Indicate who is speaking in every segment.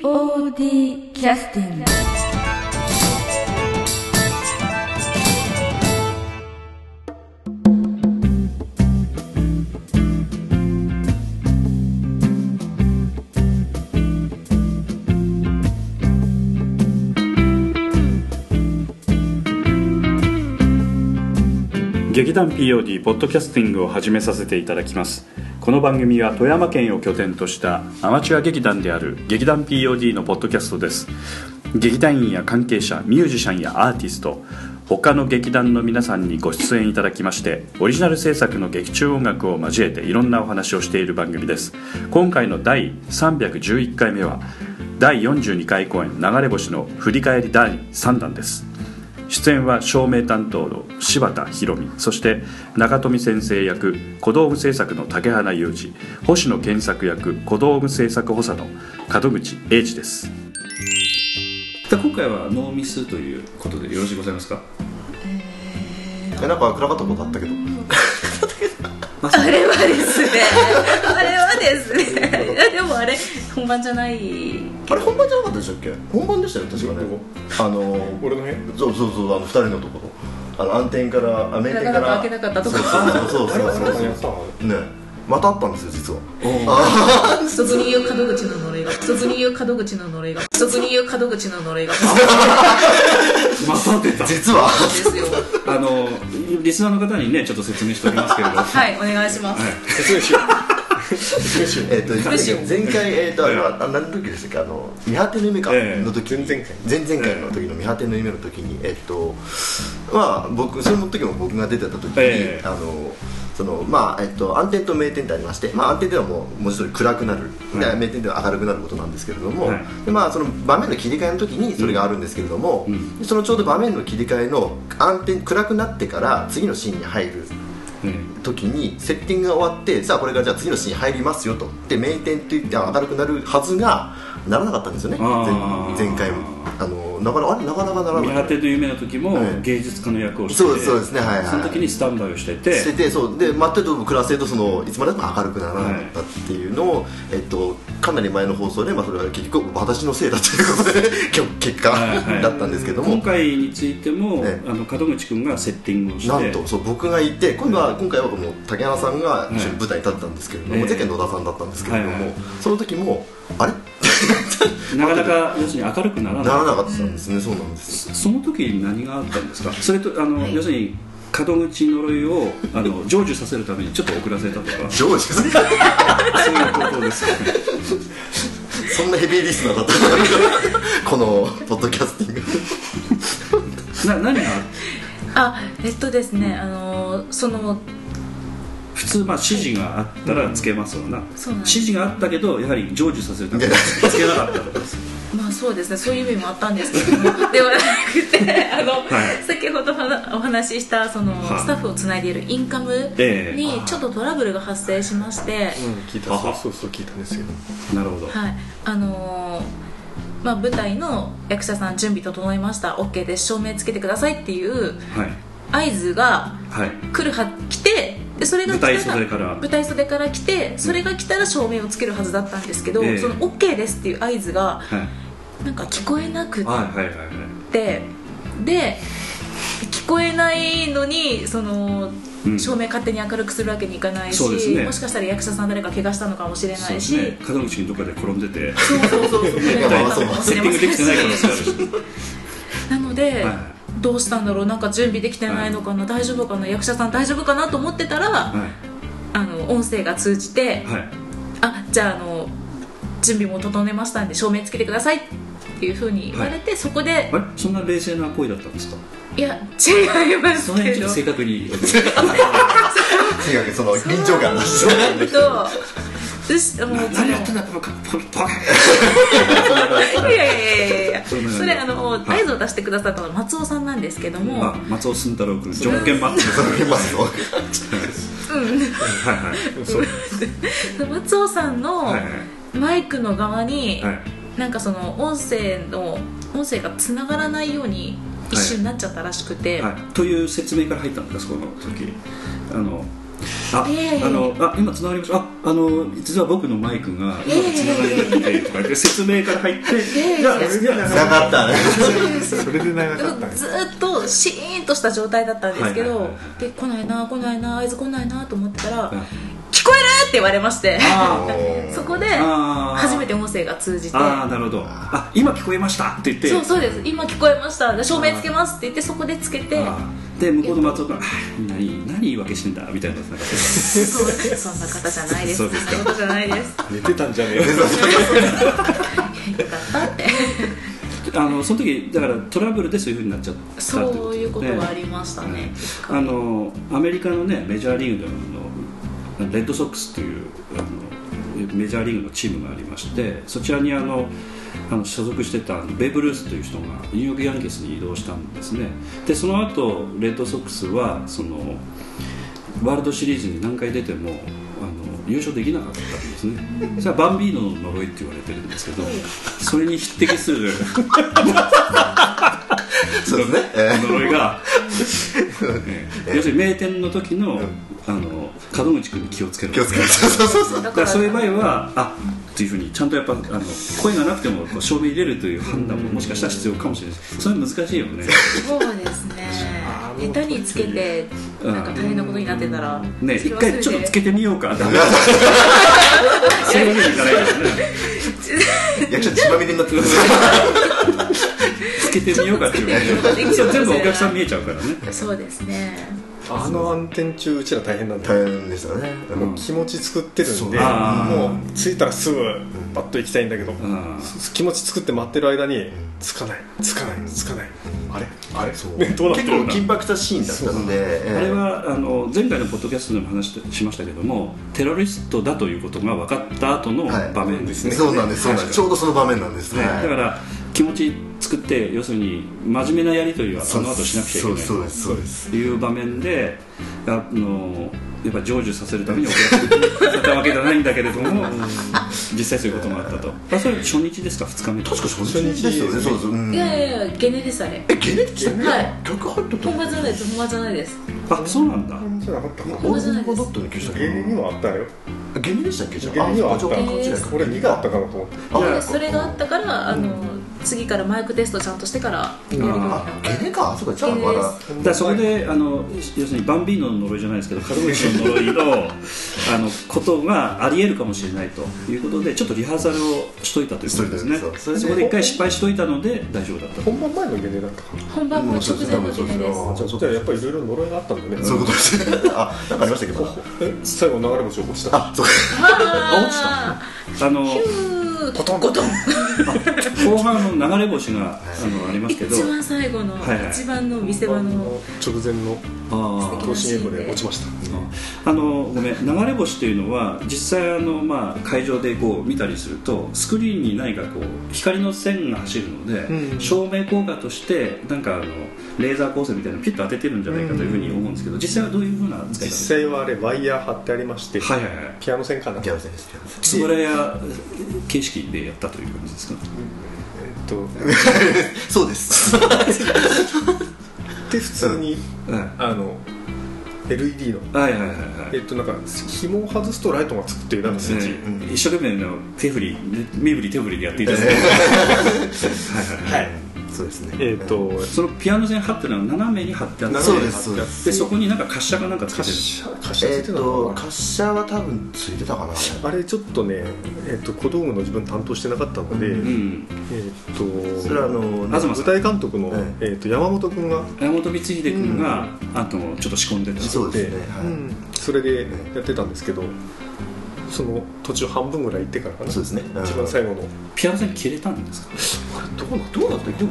Speaker 1: POD キャスティング
Speaker 2: 劇団 POD ポッドキャスティングを始めさせていただきますこの番組は富山県を拠点としたアマチュア劇団である劇団 POD のポッドキャストです劇団員や関係者ミュージシャンやアーティスト他の劇団の皆さんにご出演いただきましてオリジナル制作の劇中音楽を交えていろんなお話をしている番組です今回の第311回目は第42回公演「流れ星」の振り返り第3弾です出演は照明担当の柴田博美そして中富先生役小道具制作の竹花裕二星野健作役小道具制作補佐の門口英二です
Speaker 3: で今回はノーミスということでよろしいございますか
Speaker 4: えなんか暗かったことあったけど
Speaker 1: あれはですね あれはですねいやでもあれ本番じゃない
Speaker 4: あれ本番じゃなかったでしたっけ本番でしたよ確かねあの俺の辺そうそうそうあの二人のところあの暗転からあ明転か
Speaker 1: なからなか開けなかったとこ
Speaker 4: そうそうそうそうそうそうねまたあったんですよ実は
Speaker 5: 卒に言う門口の呪いが卒に言う門口の呪いが卒に言う門口の呪いが
Speaker 3: また出た
Speaker 4: 実 は
Speaker 5: ですよ
Speaker 3: あのリスナーの方にねちょっと説明しておきます けれど
Speaker 5: はいお願いします
Speaker 4: えっと前回えっとあれはあ何の時でしたっけあの見果ての夢か
Speaker 3: ええ
Speaker 4: の時前々回前々回の時の見果ての夢の時にえっとまあ僕その時も僕が出てた時
Speaker 3: ええ
Speaker 4: にあのそのまあえっと暗転と明転ってありましてまあ暗転ではもう文字通り暗くなるで
Speaker 3: はい
Speaker 4: 明転では明るくなることなんですけれども
Speaker 3: はい
Speaker 4: でまあその場面の切り替えの時にそれがあるんですけれどもそのちょうど場面の切り替えの暗転暗くなってから次のシーンに入る
Speaker 3: うん
Speaker 4: 時にセッティングが終わってさあこれからじゃあ次のシーン入りますよとで名店といって明るくなるはずがならなかったんですよね
Speaker 3: あー
Speaker 4: 前前回もあのなかなかあれなかなかなら
Speaker 3: 見果
Speaker 4: な
Speaker 3: て
Speaker 4: い
Speaker 3: という夢の時も
Speaker 4: はい
Speaker 3: 芸術家の役をして
Speaker 4: そうですそうですねはいはい
Speaker 3: その時にスタンバイをしてて
Speaker 4: しててそうで待ってると暮らせるとそのいつまでも明るくならなかったっていうのを、えっと、かなり前の放送で、まあ、それは結局私のせいだということで 結結果、
Speaker 3: はいはい
Speaker 4: だったんですけども
Speaker 3: 今回についても、
Speaker 4: ええ
Speaker 3: あの門口君がセッティングをして
Speaker 4: なんとそう僕がいて今度は今回はこの竹原さんが一緒に舞台に立ってたんですけれども、
Speaker 3: ええ
Speaker 4: 前回野田さんだったんですけれども、
Speaker 3: はいはい
Speaker 4: その時もあれ
Speaker 3: なかなか要するに明るくなら
Speaker 4: な
Speaker 3: ない
Speaker 4: らなかったんですね、そうなんです
Speaker 3: その時に何があったんですかそれとあの、要するに門口呪いをあ の成就させるためにちょっと遅らせたとか
Speaker 4: 上司が
Speaker 3: そういうことですよね
Speaker 4: そんなヘビーリスナーだったのかこのポッドキャスティング
Speaker 3: な何が
Speaker 5: あえっとですねあのその
Speaker 3: 普通まあ指示があったらつけますわな,、
Speaker 5: そうなん
Speaker 3: 指
Speaker 5: です
Speaker 3: 示があったけどやはり成就させるためにつけなかったとかです
Speaker 5: まあそうですねそういう意味もあったんですけどもではなくてあの、
Speaker 3: はい
Speaker 5: 先ほどはなお話ししたその、
Speaker 3: はい
Speaker 5: スタッフをつないでいるインカム
Speaker 3: ええ
Speaker 5: にちょっとトラブルが発生しまして、
Speaker 4: 聞い
Speaker 3: たそうそう
Speaker 4: そう聞いたんですけど
Speaker 3: なるほど、
Speaker 5: はい、あのーまあ、舞台の役者さん準備整いました OK です照明つけてくださいっていう
Speaker 3: はい
Speaker 5: 合図が
Speaker 3: はい
Speaker 5: 来るは来てでそれが来たら
Speaker 3: 舞台袖から
Speaker 5: 舞台袖から来てそれが来たら照明をつけるはずだったんですけど、
Speaker 3: ええ
Speaker 5: その OK ですっていう合図が
Speaker 3: はい
Speaker 5: なんか聞こえなくっ
Speaker 3: はいはいはいはい
Speaker 5: てで聞こえないのにそ
Speaker 3: う
Speaker 5: の。
Speaker 3: ん
Speaker 5: 照明勝手に明るくするわけにいかない
Speaker 3: そうです
Speaker 5: し、
Speaker 3: ね
Speaker 5: もしかしたら役者さん誰か怪我したのかもしれ
Speaker 3: そう
Speaker 5: な
Speaker 3: で
Speaker 5: い
Speaker 3: す
Speaker 5: し、
Speaker 3: ね門口君どっかで転んで て
Speaker 5: そうそうそうそう
Speaker 4: やまあそう
Speaker 3: セッティングできてない可能性あるし
Speaker 5: なので、
Speaker 3: はい
Speaker 5: どうしたんだろうなんか準備できてないのかな、大丈夫かな役者さん大丈夫かなと思ってたら、
Speaker 3: はい
Speaker 5: あの音声が通じて、
Speaker 3: はい
Speaker 5: あじゃああの準備も整えましたんで照明つけてくださいっていうふうに言われて、そこで
Speaker 3: あれそんな冷静な行為だったんですか
Speaker 5: いや違います
Speaker 3: その
Speaker 5: け
Speaker 3: 辺ちょっ
Speaker 5: ど
Speaker 3: と正確に
Speaker 4: とにかくその臨場感出して
Speaker 5: えっとうしもう
Speaker 3: 何やってんだこのカポンポン
Speaker 5: いやいやいやいやいや
Speaker 3: そんな感じ
Speaker 5: それあの合
Speaker 3: はい
Speaker 5: 図を出してくださったのは松尾さんなんですけども、
Speaker 3: あ松尾寸太郎君条件待ってる
Speaker 4: それますよ
Speaker 3: はいはい
Speaker 5: 松尾さんの
Speaker 3: はい
Speaker 5: マイクの側に、
Speaker 3: はいはい
Speaker 5: なんかその音声の音声がつながらないように一瞬なっちゃったらしくて、
Speaker 3: はい、という説明から入ったんですこの時あのあ、
Speaker 5: ええ
Speaker 3: あのあ今つながりましたああの実は僕のマイクが今つながりなくてとかって説明から入って、
Speaker 5: ええ
Speaker 3: じゃあじゃあ
Speaker 4: なかったね
Speaker 6: それで長
Speaker 5: で
Speaker 6: かっ
Speaker 5: も
Speaker 6: たんです
Speaker 5: ずーっとシーンとした状態だったんですけど、
Speaker 3: はいはいはい
Speaker 5: で来ないな来ないな合図来ないなと思ってたら、
Speaker 3: ん
Speaker 5: 聞こえるって言われまして
Speaker 3: あー
Speaker 5: そこで
Speaker 3: あー
Speaker 5: 初めて音声が通じて
Speaker 3: あーなるほどあ今聞こえましたって言って
Speaker 5: そうそうです今聞こえましたで照明つけますって言ってそこでつけて
Speaker 3: あーで向こうの松尾君あー何何言い訳してんだみたいななんか
Speaker 5: そうそんな方じゃないです
Speaker 3: そうですか
Speaker 5: そんなことじゃな いです
Speaker 6: 寝てたんじゃねえよ
Speaker 5: よかったって
Speaker 3: あのその時だからトラブルでそういうふうになっちゃったって
Speaker 5: そういうことはあり
Speaker 3: ま
Speaker 5: ましたね
Speaker 3: あのアメリカのねメジャーリーグのレッドソックスというあのメジャーリーグのチームがありましてそちらにあのあの所属してたあのベーブ・ルースという人がニューヨーク・ヤンキースに移動したんですねでその後レッドソックスはそのワールドシリーズに何回出てもあの優勝できなかったんですねそれはバンビーノの呪いって言われてるんですけどそれに匹敵する
Speaker 4: そうですねえ
Speaker 3: 呪いが、ええ要するに名店の時の,、あの門口君に気をつけろ
Speaker 4: 気をつけてそうそうそうそう
Speaker 5: だ
Speaker 3: だからそういう場合はあっていうふうにちゃんとやっぱあの声がなくてもこう照明入れるという判断ももしかしたら必要かもしれないですそれは難しいよね
Speaker 5: そうですね下手につけてなんか大変なことになってたら
Speaker 3: ね
Speaker 5: そ
Speaker 3: 一
Speaker 5: れ
Speaker 3: 回ちょっとつけてみようかダメだそういうわけにいかないからね
Speaker 4: 役者血まみれになってくる
Speaker 3: つけてみようか っていう
Speaker 5: 忘れて
Speaker 3: そう全部お客さん見えちゃうからね
Speaker 5: そうですね
Speaker 6: あの暗転中うちら大変なんだ
Speaker 4: 大変でしたね
Speaker 6: もう気持ち作ってるんで
Speaker 4: そう
Speaker 3: あー
Speaker 6: もう着いたらすぐパッと行きたいんだけど
Speaker 3: うん
Speaker 6: 気持ち作って待ってる間につかないつかないつかないあれあれ
Speaker 4: そう
Speaker 6: どうなって
Speaker 4: 結
Speaker 6: る
Speaker 4: 構
Speaker 6: んだ
Speaker 4: 緊迫したシーンだったんで
Speaker 3: あれ
Speaker 4: え
Speaker 3: はあの前回のポッドキャストでも話ししましたけどもテロリストだということが分かった後の
Speaker 4: はい
Speaker 3: 場面です
Speaker 4: え
Speaker 3: ね、
Speaker 4: そうなんですそうなんですちょうどその場面なんです
Speaker 3: ね
Speaker 4: ね
Speaker 3: だから気持ち作って要するに真面目なやり取りはその後しなくちゃいけない
Speaker 4: そうですそうです
Speaker 3: という場面であのやっぱ成就させるために送らせてたわけじゃないんだけれども実際そういうこともあったとあそれ初日ですか2日目
Speaker 4: 確か初日ですよねそうそううん
Speaker 5: いやいやいやゲネですあれ
Speaker 4: えゲネって
Speaker 5: はい
Speaker 4: 客入ったと
Speaker 5: 本場じゃないです本場じゃないです
Speaker 3: あそうなんだ
Speaker 6: じゃなかったか
Speaker 5: 本場じゃないで
Speaker 4: だ
Speaker 5: す
Speaker 4: ったような気がしたけ
Speaker 6: 芸人に
Speaker 4: ど
Speaker 6: もあったよ
Speaker 4: あゲネでしたっけじゃ
Speaker 6: 芸
Speaker 4: あ
Speaker 6: 人にはあった
Speaker 4: あ
Speaker 5: えー
Speaker 6: 俺2があったかなと思って
Speaker 4: あ
Speaker 5: でそれがあったからあの次からマイクテストちゃんとしてからやるようにな
Speaker 4: あ
Speaker 5: った
Speaker 4: ゲネかそうかじゃあまだ
Speaker 3: だからそこであの要するにバンビーノの呪いじゃないですけど門口の呪いのあのことがありえるかもしれないということでちょっとリハーサルをしといたということですね
Speaker 4: しといたんです
Speaker 3: そこで一回失敗しといたので大丈夫だったと
Speaker 6: 本番前の芸人だったかな
Speaker 5: 本番も直前の
Speaker 4: うんそ
Speaker 5: ゲ
Speaker 4: うですね多
Speaker 5: ネで
Speaker 4: 分そうですね
Speaker 5: す
Speaker 6: あじゃあじゃあやっぱりいろいろ呪いがあったんだね
Speaker 4: そういうことですね あなんかありましたけど
Speaker 6: え最後流れ星起こした
Speaker 4: あそうか
Speaker 5: あ
Speaker 3: あの
Speaker 5: ー
Speaker 6: トントン
Speaker 3: 後半の流れ星があのありますけど
Speaker 5: 一番最後の、
Speaker 3: はいはい
Speaker 5: 一番の見せ場の
Speaker 6: 直前の
Speaker 3: あー
Speaker 6: 投資ゲームで落ちました
Speaker 3: あのごめん流れ星というのは実際あの、まあ、会場でこう見たりするとスクリーンに何かこう光の線が走るので、
Speaker 6: ん
Speaker 3: 照明効果としてなんかあのレーザー光線みたいなのをピッと当ててるんじゃないかというふうに思うんですけど、実際はどういうふうな使い
Speaker 6: 実
Speaker 3: 方
Speaker 6: 際はあれワイヤー貼ってありまして
Speaker 3: はいはいはい
Speaker 6: ピアノ線かな
Speaker 4: ギ
Speaker 6: え
Speaker 4: ャルセンですギャルセン
Speaker 3: つぶらや形式でやったという感じですか
Speaker 6: っと
Speaker 4: そうです
Speaker 6: で普通に
Speaker 3: は
Speaker 6: あの LED の
Speaker 3: いはいはいはい
Speaker 6: えっとなんか紐を外すとライトがつくっていうなんかスイッチ
Speaker 3: ね一生懸命の手振り身振り手振りでやっていただいて
Speaker 6: はい
Speaker 4: そうですね
Speaker 6: えっと
Speaker 3: そのピアノ線貼ってるのは斜めに貼ってあって
Speaker 4: そうですそうです
Speaker 3: でそこになんか滑車かなんかつけ
Speaker 6: 滑
Speaker 3: てる
Speaker 6: 車滑車つ
Speaker 4: え
Speaker 6: い
Speaker 4: って
Speaker 6: た
Speaker 4: と
Speaker 6: のか
Speaker 4: 滑車は多分ついてたかな
Speaker 6: なあれちょっとねえっと小道具の自分担当してなかったので
Speaker 3: う
Speaker 6: え
Speaker 3: ん
Speaker 6: っ
Speaker 4: それはあ
Speaker 6: と
Speaker 4: の
Speaker 3: 東さん
Speaker 6: 舞台監督の
Speaker 4: はい
Speaker 6: えっと山本君が
Speaker 3: 山本光秀君が、あとちょっと仕込んでた
Speaker 4: そう
Speaker 6: で
Speaker 4: ですねはい
Speaker 6: うんそれでやってたんですけどその途中半分ぐらい行ってからかな
Speaker 4: そうですねうん
Speaker 6: 一番最後の
Speaker 3: ピアノ線切れたんですか
Speaker 4: あれどうなどうなったでも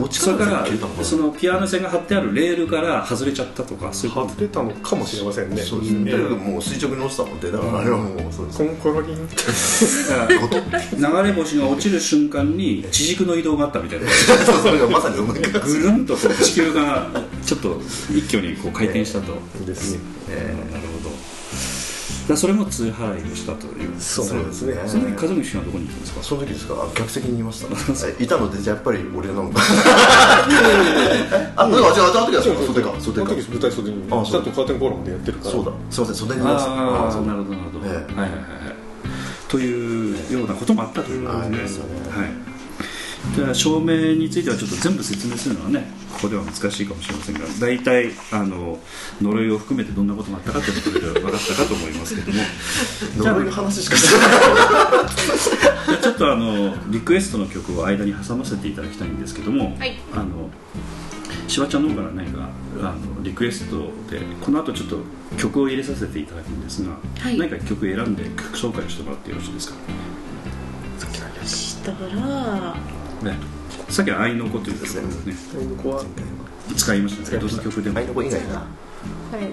Speaker 4: 落ち
Speaker 3: そ
Speaker 4: か
Speaker 3: れ
Speaker 4: ら
Speaker 3: か
Speaker 4: 消えたのからな
Speaker 3: そのピアノ線が張ってあるレールから外れちゃったとかそういうこと
Speaker 6: 外れたのかもしれませんね
Speaker 4: そうですね
Speaker 6: え
Speaker 4: とにかく
Speaker 6: ー
Speaker 4: もう垂直に落ちたもんでだからあれはもうそうです
Speaker 6: コンコロリンって
Speaker 3: だから流れ星が落ちる瞬間に地軸の移動があったみたいな
Speaker 4: そうそれがまさに思い出
Speaker 3: ぐるんとこう地球がちょっと一挙にこう回転したと、
Speaker 6: ですね
Speaker 3: なるほどからそれも通払いをしたという
Speaker 6: そう
Speaker 4: そうですね
Speaker 3: その時風見氏はどこにいたんですか
Speaker 4: その時ですかあ客席にいました ねいたのでじゃあやっぱり俺なの かあっ違う違うあの時だ
Speaker 6: そう
Speaker 4: 袖か袖
Speaker 6: あ
Speaker 4: か
Speaker 6: の時舞台袖にち
Speaker 4: あ
Speaker 6: ゃ
Speaker 4: あ
Speaker 6: ん
Speaker 4: そう
Speaker 6: とカーテンコーラムでやってるから
Speaker 4: そうだすいません袖にいました
Speaker 3: あ
Speaker 4: そ
Speaker 3: あ
Speaker 4: う
Speaker 3: なるほどなるほど、
Speaker 4: ええ
Speaker 3: はいはいはいはいというようなこともあったということ
Speaker 4: ありま
Speaker 3: です
Speaker 4: すよ
Speaker 3: ね、
Speaker 4: ね
Speaker 3: はい、じゃあ照明についてはちょっと全部説明するのはねここでは難しいかもしれませんが大体あの呪いを含めてどんなことがあったかってことで分かったかと思いますけ どもじゃあ
Speaker 4: 呪いの話しかしてない
Speaker 3: じゃあちょっとあのリクエストの曲を間に挟ませていただきたいんですけども、
Speaker 1: はい
Speaker 3: あのしわちゃんの方から何かあのリクエストでこの後ちょっと曲を入れさせていただくんですが、
Speaker 1: はい
Speaker 3: 何か曲選んで曲紹介してもらってよろしいですか
Speaker 5: そしたら
Speaker 3: ねさっきは「愛の子」という曲をね
Speaker 6: あの子は
Speaker 3: 使いましたねどんな曲でも
Speaker 4: 愛の子以外な
Speaker 5: これで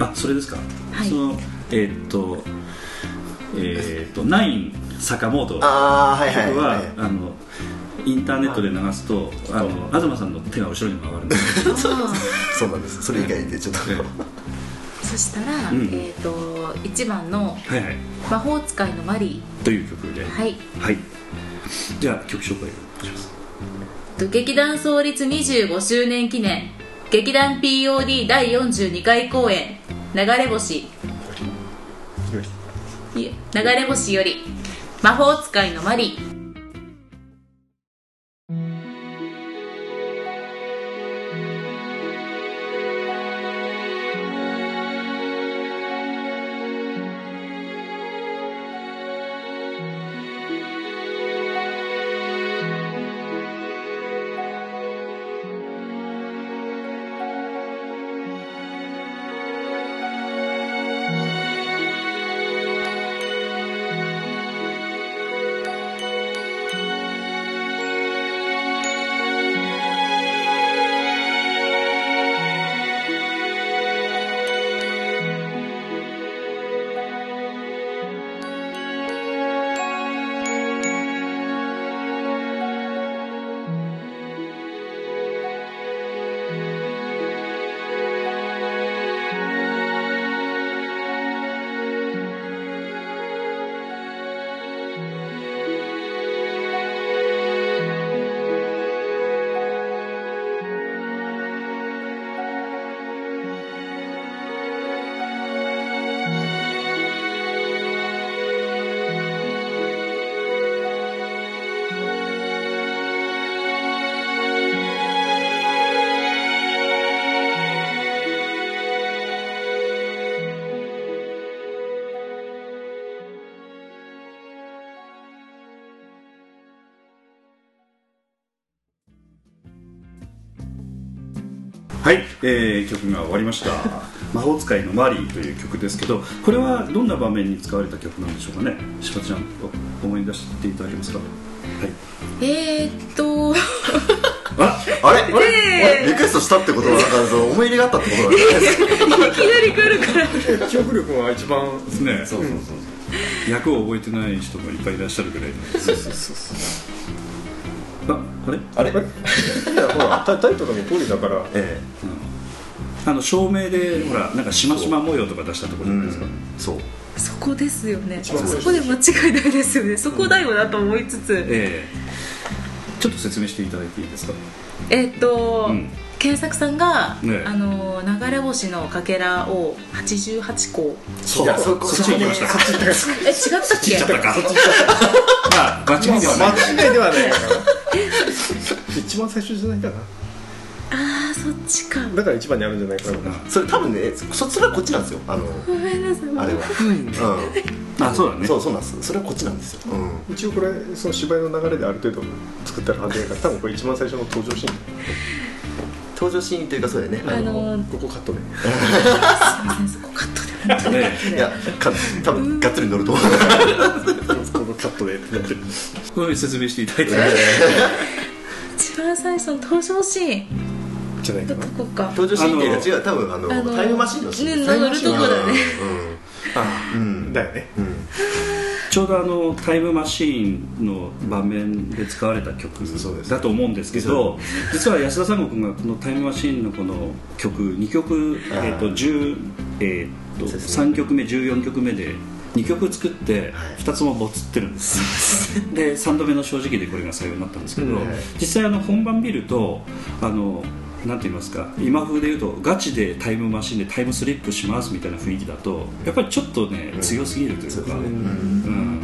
Speaker 3: あそれですか、
Speaker 5: はい
Speaker 3: そのえーっとえーっと「ナイン坂本」
Speaker 4: ああはいはい
Speaker 3: 曲は、
Speaker 4: はい
Speaker 3: あのインターネットで流すとあの東さんの手が後ろに回るんですよ
Speaker 4: そうなんですそれ以外でちょっと
Speaker 3: え
Speaker 5: そしたら、
Speaker 3: うん
Speaker 5: えっ、と1番の
Speaker 3: はいはい
Speaker 5: 「魔法使いのマリ
Speaker 3: という曲で
Speaker 5: ー」
Speaker 3: は
Speaker 5: はい
Speaker 3: じゃあ曲紹介をお願いします
Speaker 5: と劇団創立25周年記念劇団 POD 第42回公演「流れ星」いえ流れ星より魔法使いのマリー
Speaker 3: はい、えー曲が終わりま した「魔法使いのマリー」という曲ですけどこれはどんな場面に使われた曲なんでしょうかねしばちゃんお思い出していただけますかはい
Speaker 5: えー、っと
Speaker 3: あ
Speaker 4: あれあれリクエストしたってことはなんかその思い入れがあったってことなんですね
Speaker 6: 記憶力が一番
Speaker 3: ですねそうそうそう役を覚えてない人がいっぱいいらっしゃるぐらいそうそうそうああれ
Speaker 6: あれいやほ らタタイトルの通りだから
Speaker 4: え
Speaker 3: あの照明でほらなんかしましま模様とか出したところじゃないですか、
Speaker 4: えそう
Speaker 1: そこですよねそ
Speaker 6: 一番
Speaker 1: こで間違いないですよねそこだよなと思いつつ
Speaker 3: ええちょっと説明していただいていいですか
Speaker 5: えーっと、
Speaker 3: うん
Speaker 5: 検索さんが、
Speaker 3: ね
Speaker 5: あの流れ星のかけらを88個
Speaker 4: いやそこ
Speaker 3: そっちに行きました
Speaker 5: え違ったっけ
Speaker 3: か まあ間違いではない
Speaker 6: 間違いではないかな一番最初じゃないかな
Speaker 5: あーそっちか
Speaker 6: だから一番にあるんじゃないかな
Speaker 4: それ多分ねそそれはこっちなんですよあの
Speaker 5: ごめんなさい
Speaker 4: あれは
Speaker 3: あそうだ
Speaker 4: うん
Speaker 3: ね
Speaker 4: そうそうなんですそれはこっちなんですようん
Speaker 6: 一応これその芝居の流れである程度作ってあるはずだから多分これ一番最初の登場シーン
Speaker 4: 登場シーンというかそうだよね
Speaker 5: あのー、
Speaker 6: ここカットで
Speaker 5: そこカットで本当に
Speaker 3: ね
Speaker 4: いやか多分がっつり乗ると思う
Speaker 6: ここカットでってなってる
Speaker 3: こういう説明していただいて、
Speaker 5: 一番最初の登場シーン
Speaker 6: じゃないか
Speaker 5: ど
Speaker 6: な
Speaker 5: こか
Speaker 4: 登場シーンっていうか違う多分あの
Speaker 5: あの
Speaker 4: タイムマシーンのシーン
Speaker 5: ね乗るとこだね
Speaker 6: あ
Speaker 4: うんうん
Speaker 6: だよね
Speaker 4: うん
Speaker 3: ちょうどあのタイムマシーンの場面で使われた曲
Speaker 4: そうです
Speaker 3: だと思うんですけど実は安田三悟君がこのタイムマシーンのこの曲2曲、え
Speaker 4: あー
Speaker 3: ー、と10えーっと
Speaker 4: 説明
Speaker 3: 3曲目14曲目で2曲作って
Speaker 4: はい
Speaker 3: 2つもボツってるんです、で3度目の正直でこれが採用になったんですけど、
Speaker 6: うんはい
Speaker 3: 実際あの本番見るとあのなんて言いますか今風で言うとガチでタイムマシンでタイムスリップしますみたいな雰囲気だとやっぱりちょっとね強すぎるというか、うん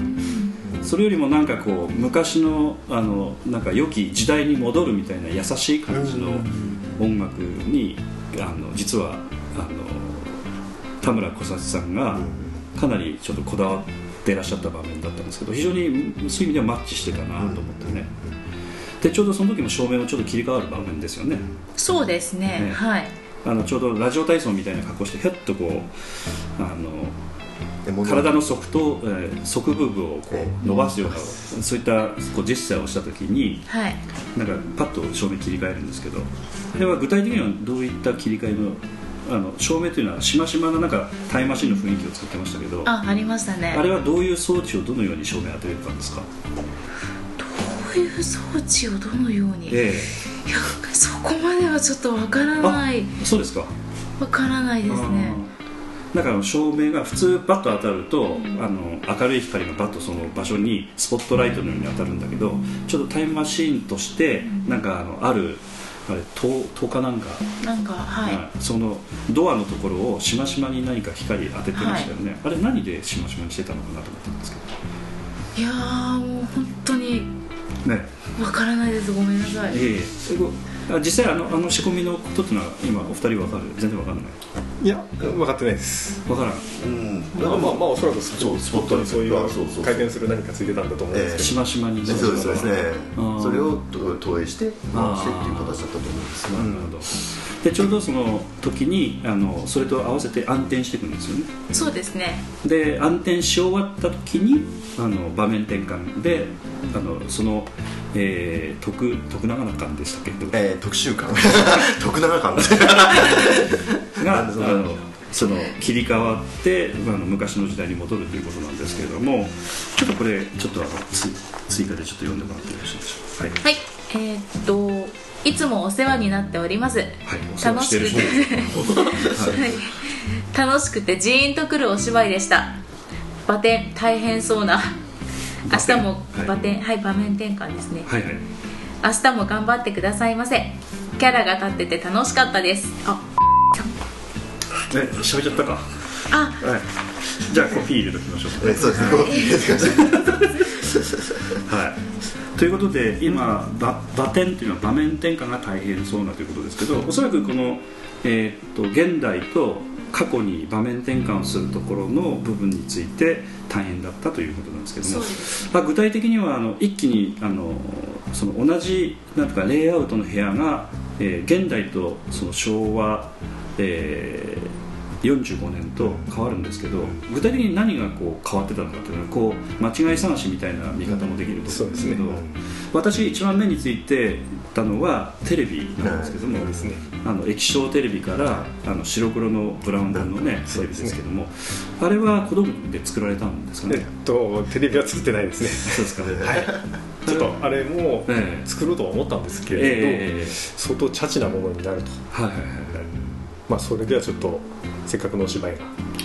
Speaker 3: それよりもなんかこう昔のあのなんか良き時代に戻るみたいな優しい感じの音楽にあの実はあの田村小幸さんがかなりちょっとこだわってらっしゃった場面だったんですけど非常にそういう意味ではマッチしてたなと思ってねでちょうどその時も照明もちょっと切り替わる場面ですよね
Speaker 5: そうですね
Speaker 3: ね
Speaker 5: はい
Speaker 3: あのちょうどラジオ体操みたいな格好してひょっとこうあの体の側頭、えー側部分をこう伸ばすようなそういったこうジェスチャーをした時に
Speaker 5: はい
Speaker 3: なんかパッと照明切り替えるんですけどあれは具体的にはどういった切り替えのあの照明というのはしましまのなんかタイムマシンの雰囲気を作ってましたけどあ
Speaker 5: あありましたね
Speaker 3: れはどういう装置をどのように照明当てれたんですか
Speaker 5: こういう装置をどのように、いや
Speaker 3: え
Speaker 5: そこまではちょっとわからない
Speaker 3: えそうですか
Speaker 5: わからないですね
Speaker 3: だから照明が普通バッと当たると、あの明るい光がバッとその場所にスポットライトのように当たるんだけどちょっとタイムマシーンとしてなんかあのあるあれ灯灯かなんか、
Speaker 5: なんかはい、
Speaker 3: はいそのドアのところをしましまに何か光当ててましたよね、あれ何でしましまにしてたのかなと思ったんですけ
Speaker 5: い、やーもう本当に
Speaker 3: どね
Speaker 5: わからないですごめんなさい
Speaker 3: えええこあ実際あのあの仕込みのことっていうのは今お二人わかる全然わかんない
Speaker 6: いや分かってないです
Speaker 3: わからん
Speaker 4: うん
Speaker 6: まあまあまあおそらくス
Speaker 4: そうスポット
Speaker 6: ト
Speaker 4: ライ
Speaker 6: に
Speaker 4: ト
Speaker 6: そうい
Speaker 4: あそうそう
Speaker 6: う回転する何かついてたんだと思うんですけど
Speaker 3: しましまにね
Speaker 4: そうですそうですね
Speaker 3: うん
Speaker 4: それを投影して
Speaker 3: あー
Speaker 4: 回してっていう形だったと思うんですが
Speaker 3: なるほどでちょうどその時にあのそれと合わせて暗転していくんですよね
Speaker 5: そうですね
Speaker 3: で暗転し終わった時にあの場面転換であのその、えー、徳徳永館でしたっけど
Speaker 4: えー特集 感徳永 感です
Speaker 3: があ
Speaker 4: なるほど
Speaker 3: のその切り替わってあの昔の時代に戻るということなんですけれどもちょっとこれちょっとあのつ追加でちょっと読んでもらってよろしいでしょうか
Speaker 5: はいえーっといつもお世話になっております
Speaker 3: はい、はい、お世話
Speaker 5: 楽
Speaker 3: して
Speaker 5: し
Speaker 3: る
Speaker 5: く
Speaker 3: 人
Speaker 5: て楽しくてジーンとくるお芝居でしたバテン大変そうな明日も
Speaker 3: バ
Speaker 5: バ
Speaker 3: テ
Speaker 5: テンはい、場面転換ですね
Speaker 3: はいはい
Speaker 5: 明日も頑張ってくださいませキャラが立ってて楽しかったですあ
Speaker 3: え喋っちゃったかは
Speaker 5: あ
Speaker 3: いじゃあコピー入れときましょう
Speaker 4: えーそうですねこう
Speaker 3: はい、ということで今ば場点というのは場面転換が大変そうなということですけどおそらくこの、えーっと現代と過去に場面転換をするところの部分について大変だったということなんですけども、まあ、具体的にはあの一気にあのその同じなんとかレイアウトの部屋が、えー現代とその昭和、えー45年と変わるんですけど具体的に何がこう変わってたのかというのはこう間違い探しみたいな見方もできると
Speaker 6: そ
Speaker 3: 思う
Speaker 6: うん
Speaker 3: で
Speaker 6: で
Speaker 3: すすけ
Speaker 6: ね
Speaker 3: ど、私一番目について言ったのはテレビなんですけども、
Speaker 6: そうですね
Speaker 3: あの液晶テレビからあの白黒のブラウン管のねテレビですけども、あれは小道具で作られたんですか
Speaker 6: え
Speaker 3: ね、
Speaker 6: っとテレビは作ってないですね
Speaker 3: そうですかね、
Speaker 6: ちょっとあれも
Speaker 3: ええ
Speaker 6: 作ろうとは思ったんですけ
Speaker 3: ええ
Speaker 6: れど、
Speaker 3: ええええ
Speaker 6: 相当チャチなものになると、
Speaker 3: はいはい
Speaker 6: まあ、それではちょっとせっかくのお芝居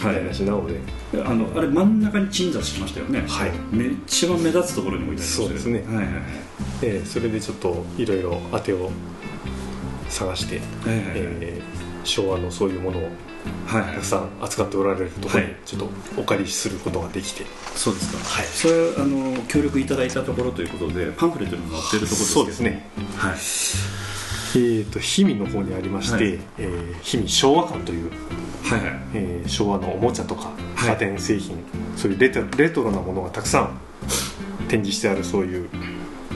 Speaker 6: が
Speaker 3: はい
Speaker 6: 台無しなので、
Speaker 3: はいはいあのあれ真ん中に鎮座しましたよね、
Speaker 6: はい
Speaker 3: め一番目立つところに置いてありましたよ
Speaker 6: そうですね
Speaker 3: はいはいはい
Speaker 6: ええそれでちょっといろいろ当てを探して、
Speaker 3: ええ
Speaker 6: ええ昭和のそういうものを
Speaker 3: はいはい
Speaker 6: たくさん扱っておられるところ
Speaker 3: は
Speaker 6: に
Speaker 3: い
Speaker 6: ちょっとお借りすることができて、
Speaker 3: そうですか、
Speaker 6: はい
Speaker 3: それあの協力いただいたところということでパンフレットにも載ってるところですけど
Speaker 6: そうですね
Speaker 3: はい
Speaker 6: えー、と氷見の方にありまして、
Speaker 3: はい
Speaker 6: えー氷見昭和館という、
Speaker 3: はいはい
Speaker 6: えー昭和のおもちゃとか
Speaker 3: はい
Speaker 6: 家電製品、そういうレトレトロなものがたくさん展示してあるそういう、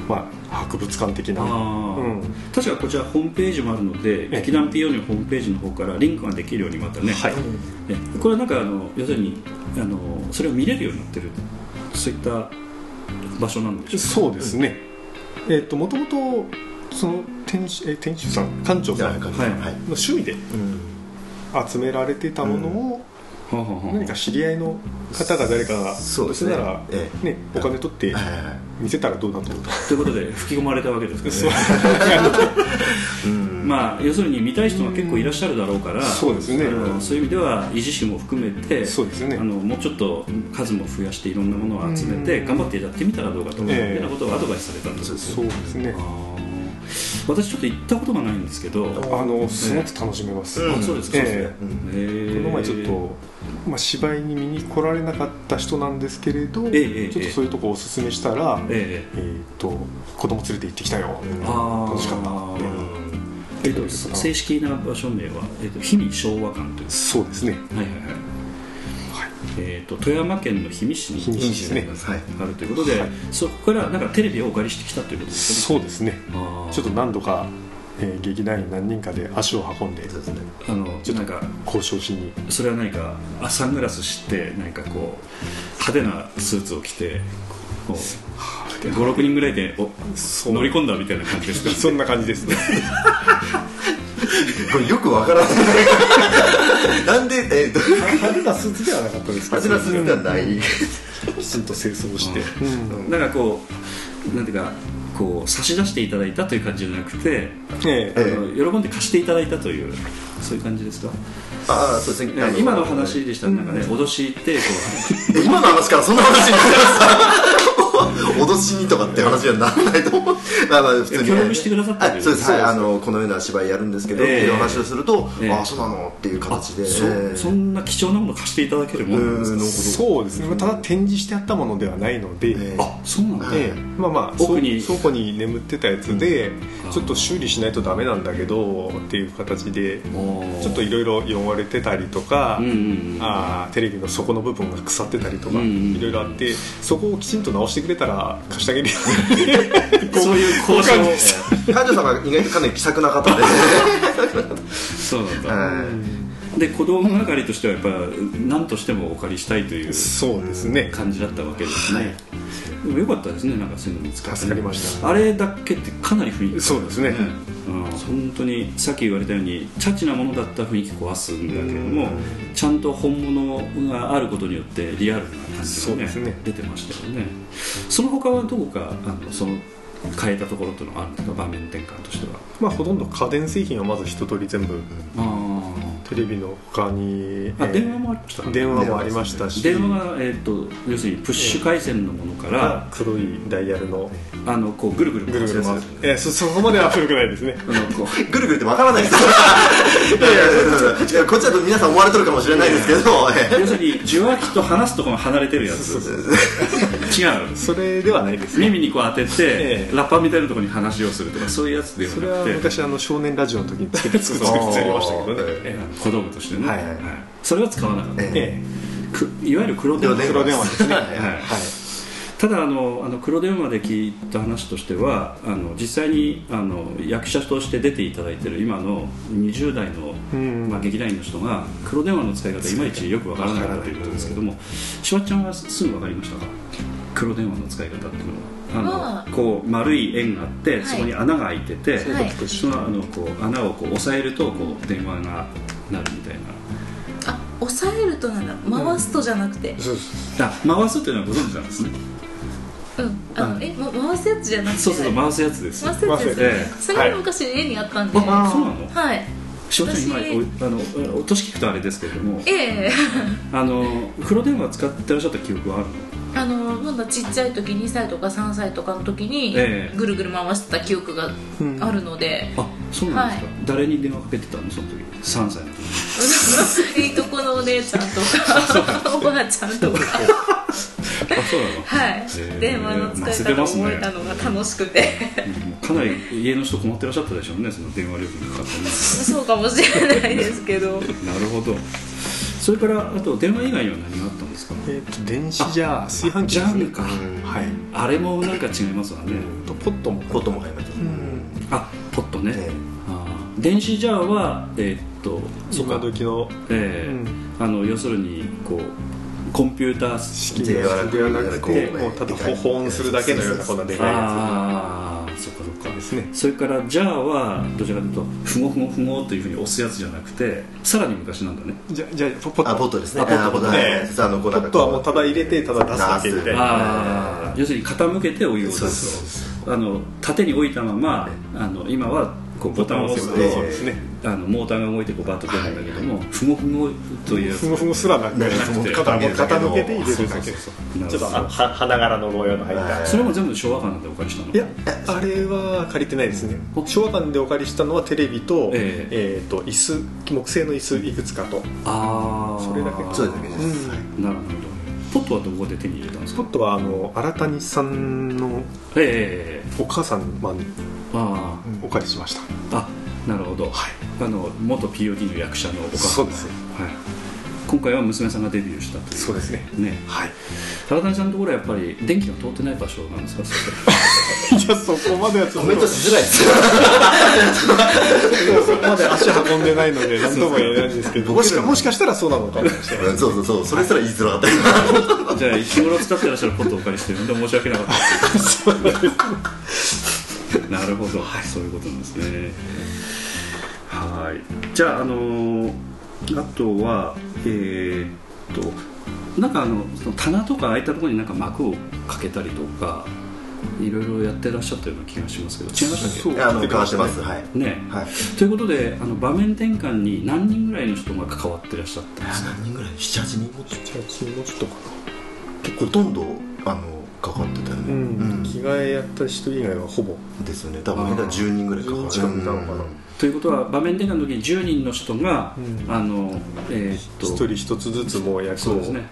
Speaker 6: まあ、博物館的な、
Speaker 3: あー
Speaker 6: うん
Speaker 3: 確かこちらホームページもあるので劇団 PO のホームページの方からリンクができるようにまたね、
Speaker 6: はい
Speaker 3: えこれはなんかあの要するにあのそれを見れるようになってるそういった場所なんでしょう
Speaker 6: そうですね、えー、ともともとその店主,、えー店主さん館長さんの
Speaker 3: はい
Speaker 4: はい
Speaker 6: 趣味で集められてたものを、
Speaker 3: か、はあはあはあ
Speaker 6: 何か知り合いの方が誰かが
Speaker 4: そうで
Speaker 6: どう
Speaker 4: す
Speaker 6: せ
Speaker 4: ね
Speaker 6: なら、ね
Speaker 4: ええ
Speaker 6: お金取って
Speaker 4: はいはいはい
Speaker 6: 見せたらどうだと思った
Speaker 3: ということで吹き込まれたわけですからね、まあ、要するに見たい人が結構いらっしゃるだろうから、
Speaker 6: そうですね
Speaker 3: あのそういう意味では維持費も含めて
Speaker 6: そうですね
Speaker 3: あのもうちょっと数も増やしていろんなものを集めて、頑張ってやってみたらどうかという
Speaker 6: え
Speaker 3: よ
Speaker 6: え
Speaker 3: うなことをアドバイスされたんですよ
Speaker 6: そうですね
Speaker 3: 私ちょっと行ったことがないんですけど、
Speaker 6: あのすごく楽しめます、
Speaker 4: うん
Speaker 3: あそうですか、
Speaker 6: え
Speaker 4: うん
Speaker 6: え
Speaker 3: え
Speaker 6: この前ちょっと、まあ、芝居に見に来られなかった人なんですけれど、
Speaker 3: えええ
Speaker 6: ちょっとそういうとこおすすめしたら、え
Speaker 3: ええ
Speaker 6: ーと子供連れて行ってきたよ、
Speaker 3: ああ
Speaker 6: 楽しかった
Speaker 3: えっと正式な場所名は、えっと氷見昭和館という
Speaker 6: そうですね
Speaker 3: はいはいはい、えっと富山県の氷見市に
Speaker 6: 氷見市です
Speaker 4: はい
Speaker 3: あるということで、
Speaker 6: はい
Speaker 3: そこからなんかテレビをお借りしてきたということです
Speaker 6: そうですね
Speaker 3: ねあー
Speaker 6: ちょっと何度か、えー劇団員何人かで足を運んで
Speaker 4: そうですね
Speaker 3: あのちょっとなんか
Speaker 6: 交渉しに
Speaker 3: それは何かあサングラスして何かこう派手なスーツを着てこう56人ぐらいでお乗り込んだみたいな感じですか
Speaker 6: そんな感じですね
Speaker 4: これよくわからない なんでえっと
Speaker 6: 派手なスーツではなかったですけど
Speaker 4: 味がするんじゃない
Speaker 6: きちんと清掃して、うん
Speaker 3: なんかこうなんていうかこう差し出していただいたという感じじゃなくて、
Speaker 6: ええ
Speaker 4: ええ
Speaker 3: あの喜んで貸していただいたというそういう感じですか、
Speaker 4: ああそうですねあ
Speaker 3: 今の話でしたらなんかね、脅しってこう
Speaker 4: え今の話からそんな話になりました脅しにとかって 話にはならないと思うまあまあ普通に
Speaker 3: 協力してくださった
Speaker 4: あそうですはいあのこのような芝居やるんですけどっ
Speaker 3: ええ
Speaker 4: ていう話をすると
Speaker 3: ええ
Speaker 4: ああそうなのっていう形で
Speaker 3: そそんな貴重なもの貸していただけるものなんですか、
Speaker 6: そうですね、まあただ展示してあったものではないので、
Speaker 4: え
Speaker 3: あそうなんだ、
Speaker 6: ええまあまあ
Speaker 3: 奥に
Speaker 6: 倉庫に眠ってたやつで、ちょっと修理しないとダメなんだけどっていう形でちょっといろいろ汚れてたりとか、
Speaker 3: うんうんうん
Speaker 6: あーテレビの底の部分が腐ってたりとか
Speaker 3: うんうん
Speaker 6: いろいろあってそこをきちんと直してくれたら貸してあげるよ
Speaker 3: そういう交渉を
Speaker 4: 彼女さんが意外とかなり気さくな方で
Speaker 3: そうなんだ、
Speaker 4: は
Speaker 3: で子供係としてはやっぱ何としてもお借りしたいという
Speaker 6: そうですね
Speaker 3: 感じだったわけですね、でもよかったですねなんかそういうの見つかってね
Speaker 6: 助かりました
Speaker 3: あれだけってかなり雰囲気
Speaker 6: そうですね
Speaker 3: うん、本当にさっき言われたようにチャチなものだったら雰囲気壊すんだけれどもちゃんと本物があることによってリアルな感じ
Speaker 6: そう
Speaker 3: が、ね
Speaker 6: ですね
Speaker 3: 出てましたよねその他はどこかあのその変えたところっていうのはあるんですか場面転換としては
Speaker 6: まあほとんど家電製品はまず一通り全部
Speaker 3: あ
Speaker 6: テレビの他に
Speaker 3: あ
Speaker 6: えー
Speaker 3: 電話もありました
Speaker 6: 電話もありましたし
Speaker 3: 電話が、えー、と要するにプッシュ回線のものから、
Speaker 6: 黒いダイヤルの
Speaker 3: あのこうぐるぐる
Speaker 6: ぐるぐる回
Speaker 3: 回
Speaker 6: す、えーそ そこまでは古くないですね
Speaker 3: あのこう
Speaker 4: いぐるぐるってわからないですいやいやいやこっちだと皆さん思われてるかもしれないですけどえ
Speaker 3: 要するに受話器と話すところが離れてるやつ違う
Speaker 6: それではないですね
Speaker 3: 耳にこう当てて、
Speaker 6: ええ
Speaker 3: ラッパーみたいなところに話をするとかそういうやつで
Speaker 6: それ
Speaker 3: はな
Speaker 6: は
Speaker 3: くて
Speaker 6: 昔あの少年ラジオの時に作り作りましたけどね
Speaker 4: え
Speaker 3: ええ小道具としてね、
Speaker 4: はいはい
Speaker 3: それは使わなかった、
Speaker 4: え
Speaker 6: え
Speaker 3: くいわゆる黒電話
Speaker 4: 黒
Speaker 6: 電話ですね
Speaker 3: はいただあのあの黒電話で聞いた話としてはあの実際にあの役者として出ていただいてる今の20代の、
Speaker 6: ん
Speaker 3: まあ、劇団員の人が黒電話の使い方いまいちよくわからなかったということですけどもしわちゃんはすぐわかりましたか黒電話の使い方っていうのはあ
Speaker 5: ああ
Speaker 3: のこう丸い円があって、
Speaker 5: い
Speaker 3: そこに穴が開いてて、
Speaker 5: はい
Speaker 3: そのあのこう穴をこう押さえるとこう電話がなるみたいな
Speaker 5: あ押さえるとなんだ回すとじゃなくて
Speaker 6: そうです
Speaker 3: あ回すっていうのはご存知なんですね
Speaker 5: うんあの
Speaker 3: あ
Speaker 5: え、ま、回すやつじゃなくて
Speaker 3: そうそうそう回すやつです
Speaker 5: 回すやつ
Speaker 3: 回
Speaker 5: ですよ
Speaker 3: す
Speaker 5: ね
Speaker 3: やつ
Speaker 5: それも昔家にあったんで
Speaker 3: あ
Speaker 5: は
Speaker 3: そうなの
Speaker 5: い
Speaker 3: しおちゃん今
Speaker 5: 私
Speaker 3: おあのお年聞くとあれですけれども
Speaker 5: ええ
Speaker 3: あの黒電話使ってらっしゃった記憶はあるの
Speaker 5: あのまだちっちゃい時2歳とか3歳とかの時に
Speaker 3: ええ
Speaker 5: ぐるぐる回してた記憶があるので、
Speaker 3: あそうなんですか、誰に電話かけてたのその時3歳の時
Speaker 5: いいとこのお姉ちゃんとかおばあちゃんとか
Speaker 3: あそうなの
Speaker 5: はい
Speaker 3: ー
Speaker 5: 電話の使い方を覚えたのが楽しくて
Speaker 3: かなり家の人困ってらっしゃったでしょうねその電話料金のかかっ
Speaker 5: そうかもしれないですけど
Speaker 3: たなるほどそれからあと電話以外には何があったんですか
Speaker 6: えっと電子ジャー炊飯器
Speaker 3: ジャームか
Speaker 6: はい
Speaker 3: あれもなんか違いますわね、
Speaker 6: とポットも
Speaker 4: えことも入りましたうん
Speaker 3: あポットね、
Speaker 4: ええ
Speaker 3: あー電子ジャーはえーっとそっ
Speaker 6: 今
Speaker 3: か
Speaker 6: 時の
Speaker 3: ええあの要するにこうコンピューター式
Speaker 6: 式ではなくてもうただ保温するだけのようなこんなでかいや
Speaker 3: ああそっかそっか
Speaker 6: つですね
Speaker 3: それからジャーはどちらかというとふごふごふごというふうに押すやつじゃなくてさらに昔なんだね
Speaker 6: じゃじゃポッ
Speaker 4: あポッ
Speaker 6: ト
Speaker 4: トですね
Speaker 3: あポット
Speaker 4: あポット
Speaker 6: ええ
Speaker 4: あのこ
Speaker 6: ポ
Speaker 4: うなんか
Speaker 6: ットはもうただ入れてただ出すだけみたいな
Speaker 3: あ
Speaker 4: はい
Speaker 3: 要するに傾けてお湯を出
Speaker 4: そう
Speaker 3: すあの縦に置いたままあの今はこうボタンを押すと
Speaker 4: ボタンを
Speaker 6: そうですね
Speaker 3: あのモーターが動いてこうバッと出るんだけども、ふもふもというやつ
Speaker 6: ふむふむすらなくて
Speaker 4: なく
Speaker 3: て
Speaker 6: 傾け傾けて入れるだけ
Speaker 4: そうそう
Speaker 3: なる
Speaker 6: ち
Speaker 3: ほ
Speaker 6: ょっと
Speaker 3: ど
Speaker 6: は花柄の模様の入った、
Speaker 4: はい
Speaker 3: それも全部昭和館でお借りしたの
Speaker 6: いやあれは借りてないですね昭和館でお借りしたのはテレビと,、
Speaker 3: え
Speaker 6: えーと椅子木製の椅子いくつかと
Speaker 3: ああ
Speaker 6: それだけ
Speaker 4: そういうだけです、
Speaker 6: うん
Speaker 4: はい
Speaker 3: なるほどポットはどこで手に入れたんです
Speaker 6: ポ
Speaker 3: か
Speaker 6: ットはあの新谷さんの
Speaker 3: ええ
Speaker 6: お母さんまに
Speaker 3: ああ
Speaker 6: お借りしました、
Speaker 3: あなるほど、はい、あの元 POD の役者のお母さ
Speaker 6: そ
Speaker 3: ん
Speaker 6: うです
Speaker 3: はい、今回は娘さんがデビューしたという
Speaker 6: そうですね
Speaker 3: ね
Speaker 6: はい
Speaker 3: 高谷さんのところはやっぱり電気が通ってない場所なんですかそして
Speaker 6: いやそこまではちょ
Speaker 4: コ
Speaker 6: っ
Speaker 4: メント
Speaker 6: と
Speaker 4: しづらいですよ
Speaker 6: そこまで足運んでないので何とも言えないんですけど
Speaker 4: そう
Speaker 6: も
Speaker 4: そう
Speaker 6: しかもしかしたらそうなのかもしれない
Speaker 4: うんそうそうそうそれすら言いづらかった
Speaker 3: じゃあいつ頃使ってらっしゃるポットをお借りしてるので申し訳なかったですなるほど、そういうことなんですねはいじゃああのーあとはえーっとなんかあのその棚とか空いたところになんか幕をかけたりとかいろいろやってらっしゃったような気がしますけど違いましたっ
Speaker 6: そう
Speaker 4: あの変わってますはい
Speaker 3: けね
Speaker 4: はい
Speaker 3: ということであの場面転換に何人ぐらいの人が関わってらっしゃったんですか
Speaker 4: 何人ぐらい78人もっと
Speaker 6: じゃあその人か
Speaker 4: 結構ほとんどあのかかってたよ
Speaker 6: なう
Speaker 4: ね、
Speaker 6: ん、
Speaker 4: うん
Speaker 6: 着替えやった人以外はほぼ
Speaker 4: ですよね多分下手10人ぐらいかか
Speaker 6: 10近くいたのかな
Speaker 3: ということは場面転換の時に10人の人が、
Speaker 6: うん
Speaker 3: あのえーっと
Speaker 6: 一人一つずつもう役
Speaker 3: そう
Speaker 6: を
Speaker 3: ですね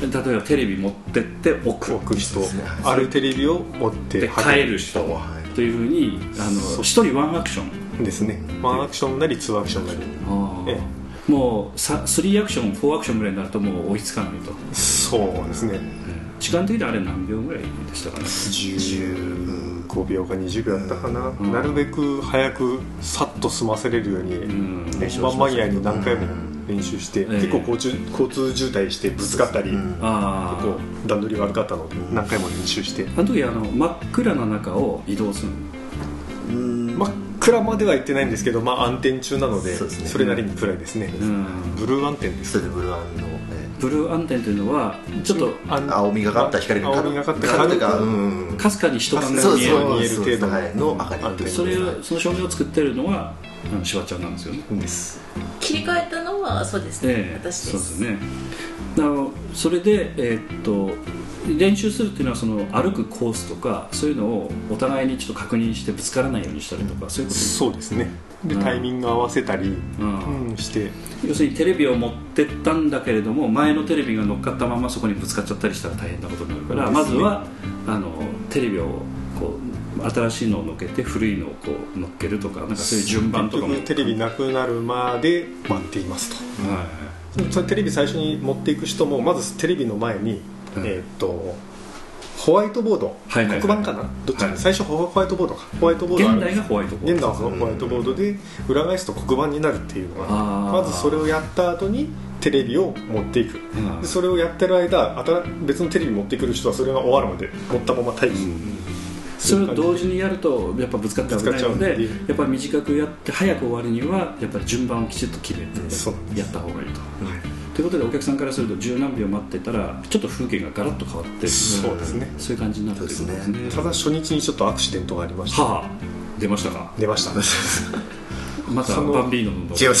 Speaker 3: 例えばテレビ持ってって置く
Speaker 6: 置く人、
Speaker 4: そうですねはい
Speaker 6: あるテレビを持って
Speaker 3: で帰る人
Speaker 4: はい
Speaker 3: というふうにあの
Speaker 6: そう
Speaker 3: 1人ワンアクション
Speaker 6: ですねワンアクションなりツーアクションなりえ
Speaker 3: もうさ3アクション4アクションぐらいになるともう追いつかないと
Speaker 6: そうですね
Speaker 3: 時間的にはあれ何秒ぐらいでしたかね
Speaker 6: 15秒か20秒だったかな、
Speaker 3: うん
Speaker 6: なるべく早くさっと済ませれるように、
Speaker 3: うん
Speaker 6: 本番間際に何回も練習して、
Speaker 3: うん
Speaker 6: 結構交通交通渋滞してぶつかったり、
Speaker 4: うん
Speaker 3: あ
Speaker 6: 結
Speaker 3: あ
Speaker 6: 構段取り悪かったので何回も練習して、
Speaker 3: あの時あの真っ暗な中を移動する
Speaker 6: 真っ暗までは行ってないんですけど、まあ、暗転中なので
Speaker 4: そ
Speaker 6: そう
Speaker 4: ですね
Speaker 6: れなりに暗いですね、
Speaker 3: うん
Speaker 6: ブルー暗転です
Speaker 4: それでブルワンのえ
Speaker 3: ブルー暗転というのはちょっと
Speaker 6: あ
Speaker 4: ー青みがかった光が
Speaker 6: 青みがかった
Speaker 4: 軽
Speaker 6: 光
Speaker 4: く
Speaker 6: が
Speaker 4: うんうんうん
Speaker 3: かすかに人が見
Speaker 4: そう
Speaker 3: え
Speaker 4: そう
Speaker 3: る
Speaker 6: 見える程度の
Speaker 4: はいの明かりってことですね
Speaker 3: それをその照明を作ってるのはあのしばちゃんなんですよね
Speaker 6: です
Speaker 5: 切り替えたのはそうですね、
Speaker 3: ええ
Speaker 5: 私
Speaker 3: そ
Speaker 5: で
Speaker 3: うですすねあのそれで、えーっと練習するっていうのはその歩くコースとかそういうのをお互いにちょっと確認してぶつからないようにしたりとかそういうことです、
Speaker 6: そうですねで
Speaker 3: うん
Speaker 6: タイミング合わせたり、
Speaker 3: うん
Speaker 6: うんして
Speaker 3: 要するにテレビを持ってったんだけれども前のテレビが乗っかったままそこにぶつかっちゃったりしたら大変なことになるから、
Speaker 6: そうで
Speaker 3: ますず
Speaker 6: ね
Speaker 3: はあのテレビをこう新しいのを乗っけて古いのをこう乗っけるとかなんかそういう順番とかも
Speaker 6: 結局テレビなくなるまで待っていますと
Speaker 3: はい
Speaker 6: そのテレビ最初に持っていく人もまずテレビの前に、
Speaker 3: うん
Speaker 6: えーっとホワイトボード、
Speaker 3: はいはいはい
Speaker 6: 黒板かなどっちか、
Speaker 3: はい
Speaker 6: 最初ホホワイトボードかホワイトボードある
Speaker 3: 現代がホワイトボード
Speaker 6: 現代はホワイトボードで裏返すと黒板になるっていうのが
Speaker 3: あー
Speaker 6: まずそれをやった後にテレビを持っていく
Speaker 3: うん
Speaker 6: でそれをやってる間新別のテレビ持ってくる人はそれが終わるまで持ったまま待機、
Speaker 3: それを同時にやるとやっぱぶつかって危ないので
Speaker 6: ぶつかっちゃうん
Speaker 3: やっぱり短くやって早く終わりにはやっぱり順番をきちっと決めて
Speaker 6: そうなん
Speaker 3: やった方がいいと。ということでお客さんからすると十何秒待ってたらちょっと風景がガラッと変わって
Speaker 6: そうですね
Speaker 3: そういう感じになるということです
Speaker 4: そう
Speaker 3: ね。
Speaker 6: ただ初日にちょっとアクシデントがありました
Speaker 3: はあ出ましたか
Speaker 6: 出 ました
Speaker 3: また
Speaker 6: その
Speaker 3: バンビーノの動画
Speaker 4: 違う違う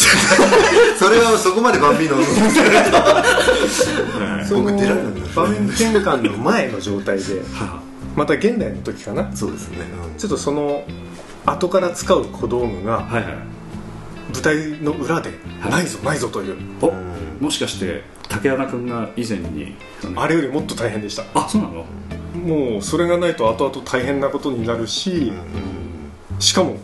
Speaker 4: それはそこまでバンビーノの
Speaker 3: はい
Speaker 6: その
Speaker 4: 僕出られないんだ
Speaker 6: 場面転換の前の状態で
Speaker 3: は
Speaker 6: また現代の時かな
Speaker 4: そうですねうん
Speaker 6: ちょっとその後から使う小道具
Speaker 3: あ
Speaker 6: が
Speaker 3: はいはい
Speaker 6: 舞台の裏で
Speaker 3: はい
Speaker 6: ないぞないぞという
Speaker 3: おもしかして竹穴君が以前に
Speaker 6: あれよりもっと大変でした
Speaker 3: あそうなの
Speaker 6: もうそれがないと後々大変なことになるししかも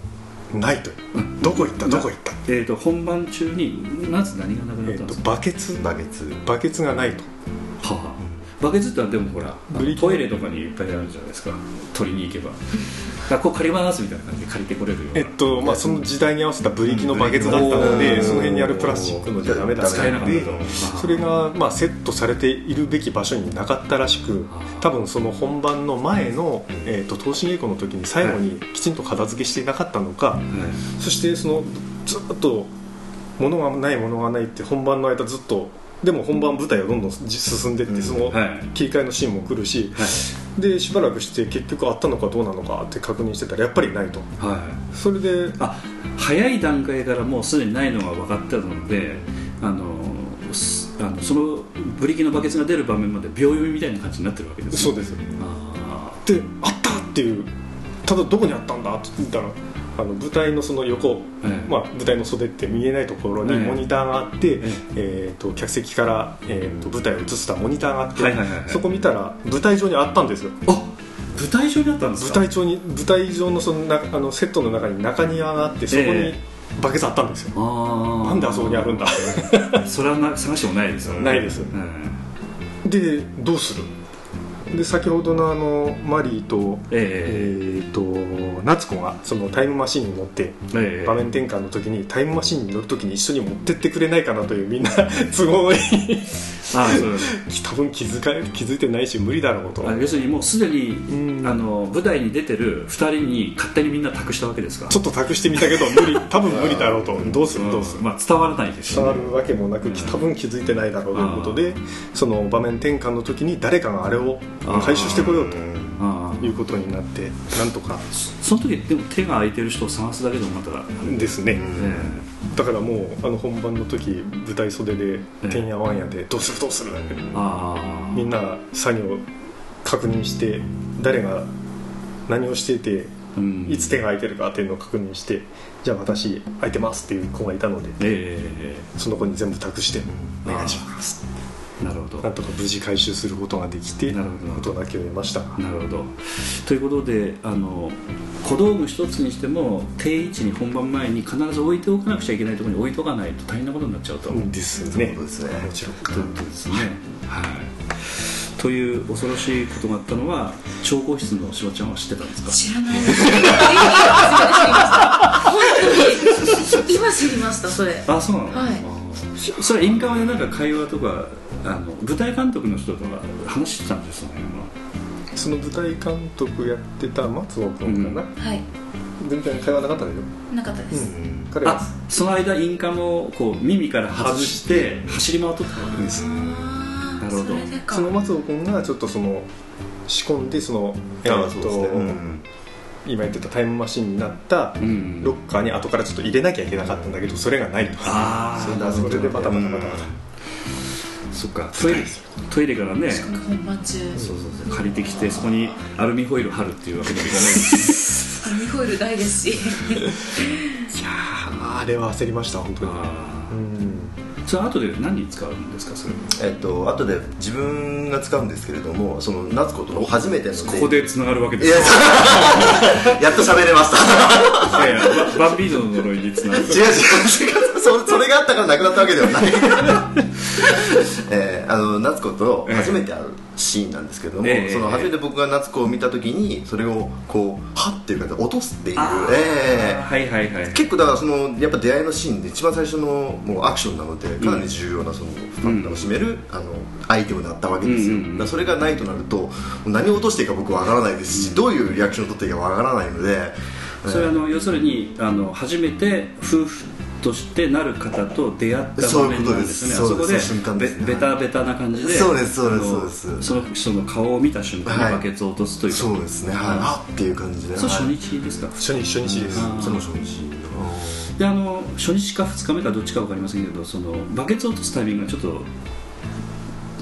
Speaker 6: ないというどこ行ったどこ行った
Speaker 3: えーと本番中になぜ何がなくなっ
Speaker 6: えった
Speaker 3: んで
Speaker 6: と
Speaker 3: すか
Speaker 6: バケツ
Speaker 4: バケツ
Speaker 6: バケツがないと
Speaker 3: はあ、バケツってのはでもほらあの
Speaker 6: ブリキ
Speaker 3: トイレとかにいっぱいあるじゃないですか取りに行けば学校借りますみたいな感じで借りてこれるような
Speaker 6: えっとまあその時代に合わせたブリキのバケツだったの
Speaker 4: う
Speaker 6: で
Speaker 4: ん
Speaker 6: その辺にあるプラスチックのじゃダメだ
Speaker 3: 使えなかったと
Speaker 6: でそれがまあセットされているべき場所になかったらしく多分その本番の前の、えー、と投資稽古の時に最後にきちんと片付けしていなかったのかそしてそのずっと物がない物がないって本番の間ずっとでも本番舞台はどんどんじ進んでってその
Speaker 3: はい
Speaker 6: 切り替えのシーンも来るし
Speaker 3: はい
Speaker 6: でしばらくして結局あったのかどうなのかって確認してたらやっぱりないと
Speaker 3: はい
Speaker 6: それで
Speaker 3: あ早い段階からもうすでにないのが分かってたのであのすあのそのブリキのバケツが出る場面まで秒読みみたいな感じになってるわけです
Speaker 6: そう
Speaker 3: ね
Speaker 6: です
Speaker 3: あ
Speaker 6: であったっていうただどこにあったんだって言ったらあの舞台のその横、
Speaker 3: ええ
Speaker 6: まあ、舞台の袖って見えないところに
Speaker 3: ええ
Speaker 6: モニターがあって、え
Speaker 3: え
Speaker 6: ーと客席から、えーと舞台を映したモニターがあって、
Speaker 3: はいはいはいはい
Speaker 6: そこ見たら舞台上にあったんですよ
Speaker 3: ーあ舞台上にあったんです
Speaker 6: 舞
Speaker 3: か
Speaker 6: 台上に舞台上のそのなあのセットの中に中庭があってそこに
Speaker 3: え
Speaker 6: バケツあったんですよ、
Speaker 3: ああ
Speaker 6: なんであそこにあるんだ
Speaker 3: それはな探してもないですよね
Speaker 6: ないです
Speaker 3: うん
Speaker 6: でどうするで先ほどのあのマリーと,、
Speaker 3: え
Speaker 6: えー、と夏子がそのタイムマシーンに乗って
Speaker 3: えええ
Speaker 6: 場面転換の時にタイムマシンに乗る時に一緒に持ってってくれないかなというみんな 都合のいい
Speaker 3: あそうです
Speaker 6: 多分気づか気づいてないし無理だろうと
Speaker 3: あ要するにもうすでに、
Speaker 6: ん
Speaker 3: あの舞台に出てる2人に勝手にみんな託したわけですか
Speaker 6: ちょっと託してみたけど 無理多分無理だろうとどうするどうする
Speaker 3: まあ、伝わらないです
Speaker 6: 伝わ
Speaker 3: よね
Speaker 6: るわけもなく多分気づいてないだろうということでその場面転換の時に誰かがあれを回収してこようと
Speaker 3: ああ
Speaker 6: いうことになってなんとか
Speaker 3: その時でも手が空いてる人を探すだけでもまた、
Speaker 6: ですね
Speaker 3: え
Speaker 6: だからもうあの本番の時舞台袖でてんやわんやでどうするどうする
Speaker 3: えあ
Speaker 6: みんな作業確認して誰が何をしていて
Speaker 3: あ、うん
Speaker 6: いつ手が空いてるかっていうのを確認してじゃあ私空いてますっていう子がいたので
Speaker 3: ええ
Speaker 6: その子に全部託してお願いします
Speaker 3: なるほど
Speaker 6: なんとか無事回収することができて
Speaker 3: なるほど
Speaker 6: 事なきを得ましたが
Speaker 3: なるほどということであの小道具一つにしても定位置に本番前に必ず置いておかなくちゃいけないところに置いとかないと大変なことになっちゃうと、
Speaker 6: です
Speaker 4: そういう
Speaker 6: ね
Speaker 4: ことですね
Speaker 6: もちろん
Speaker 3: ということですね。はい。という恐ろしいことがあったのは調香室のしばちゃんは知ってたんですか。
Speaker 5: 知らないです本当に今知りましたそれ
Speaker 3: あ、そうなの。
Speaker 5: はい
Speaker 3: い。そそれはインカワでなんか会話とかあの舞台監督の人とか話してたんですよね。
Speaker 6: その舞台監督やってた松尾君かな
Speaker 5: はい
Speaker 6: 全然会話なかったでしょ
Speaker 5: なかったです、
Speaker 6: 彼
Speaker 3: あ
Speaker 6: は、
Speaker 3: その間インカもこう耳から外して走り回っとったわけです。
Speaker 5: あー
Speaker 3: なるほど
Speaker 5: それでか
Speaker 6: その松尾君がちょっとその仕込んでそのえ
Speaker 4: あ
Speaker 6: ー
Speaker 4: あ
Speaker 6: っ
Speaker 4: そう
Speaker 6: と
Speaker 4: ですねうん
Speaker 6: 今言ってたタイムマシンになった
Speaker 3: ん
Speaker 6: ロッカーに後からちょっと入れなきゃいけなかったんだけどそれがないと
Speaker 3: あー
Speaker 6: それだそれでバタバタバタバ
Speaker 3: そっか。トイレトイレからね。
Speaker 5: 本番中
Speaker 3: そうそうそう借りてきてそこにアルミホイル貼るっていうわけにもいかない
Speaker 5: アルミホイルないですし
Speaker 6: タいやーあれは焦りました本当に
Speaker 3: あ
Speaker 6: うん
Speaker 3: ーそれ後で何に使うんですかそれこ
Speaker 4: えっと後で自分が使うんですけれどもその夏子との初めてのこ
Speaker 3: こでつながるわけで
Speaker 4: い
Speaker 3: す
Speaker 4: や
Speaker 3: よ
Speaker 4: やっと喋れました
Speaker 3: いやいやババンビーノの呪いにつながる
Speaker 4: 違う違う違うそそれがあったからなくなったわけではない えーあの夏子と初めて会うシーンなんですけれども、
Speaker 3: ええ
Speaker 4: その初めて僕が夏子を見た時にそれをこうはっていう形で落とすっていう、
Speaker 3: あー
Speaker 4: えー
Speaker 3: はいはいはい
Speaker 4: 結構だからそのやっぱ出会いのシーンで一番最初のもうアクションなのでかなり重要なそのファンを楽しめる、あのアイテムだったわけですよ、
Speaker 3: うんうんうん
Speaker 4: だからそれがないとなるともう何を落としていいか僕はわからないですし、どういうリアクションを取っていいかわからないので、
Speaker 3: それはあの要するにあの初めて夫婦としてなる方と出会った
Speaker 4: そう
Speaker 3: 場
Speaker 4: いう
Speaker 3: 面
Speaker 4: こと
Speaker 3: なんですね
Speaker 4: です
Speaker 3: あそこで
Speaker 4: そうですその瞬間ですね
Speaker 3: べベタベタな感じで
Speaker 4: そうですそうです
Speaker 3: あの
Speaker 4: そうです
Speaker 3: その人の顔を見た瞬間に
Speaker 4: はい
Speaker 3: バケツを落とすという
Speaker 4: そうですねはいあっていう感じで
Speaker 3: それ初
Speaker 4: はい
Speaker 3: 日ですか
Speaker 6: 初日初日です
Speaker 3: あー
Speaker 4: その初日
Speaker 3: であの初日か2日目かどっちか分かりませんけどそのバケツを落とすタイミングがちょっと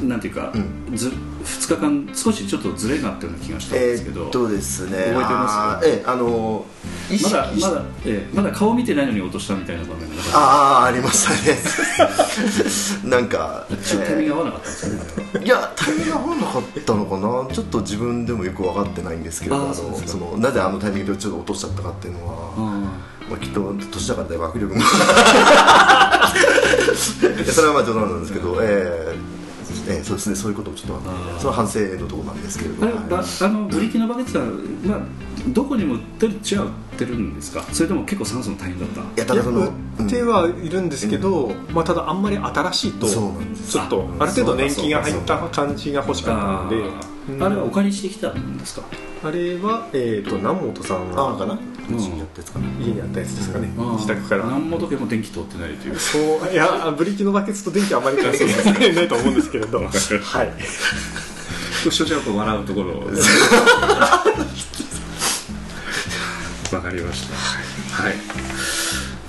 Speaker 3: なんていうか、
Speaker 4: うん
Speaker 3: ず2日間少しちょっとずれがあったような気がしたん
Speaker 4: え
Speaker 3: ですけど、
Speaker 4: ーっとですね
Speaker 3: 覚えて
Speaker 4: あ
Speaker 3: ます
Speaker 4: ーええあの意
Speaker 3: まだ
Speaker 4: 識し
Speaker 3: まだ、ええまだ顔見てないのに落としたみたいな場面がなかっ
Speaker 4: ああありましたね なんか、え
Speaker 3: たちょっとタイミング
Speaker 4: ー
Speaker 3: 合わなかったんですかね
Speaker 4: いやタイミング合わなかったのかなちょっと自分でもよく分かってないんですけれど
Speaker 3: あー
Speaker 4: も
Speaker 3: そうですか
Speaker 4: そのなぜあのタイミングでちょっと落としちゃったかっていうのは、
Speaker 3: あ
Speaker 4: まあ、きっと年だからだいぶ握力も いやそれはまあ冗談なんですけど、えーえーそうですねそういうこともちょっと分かってないその反省のところなんですけれど
Speaker 3: あれ
Speaker 4: はい
Speaker 3: ばあのブリキのバケツは、まあ、どこにも売ってるっちゃ売ってるんですかそれとも結構酸素も大変だった
Speaker 4: いやた
Speaker 6: いや
Speaker 4: だその
Speaker 6: 売ってはいるんですけど、まあ、ただあんまり新しいとち
Speaker 4: そうなんです
Speaker 6: ょっとある程度年季が入った感じが欲しか
Speaker 3: あ
Speaker 6: ったので
Speaker 3: ー
Speaker 6: うん
Speaker 3: あれはお借りしてきたんですか
Speaker 6: あれは、えー、と南本さん
Speaker 4: ああか
Speaker 6: が
Speaker 4: な、
Speaker 3: うん
Speaker 4: 一緒にやったやつかな
Speaker 6: 家にあったやつですかね、自宅から
Speaker 3: 何も時計も電気通ってないという
Speaker 6: そういやブリキのバケツと電気あまり関係ないと思うんですけれどはい
Speaker 3: 少々こう笑うとこ ろをわかりましたはい、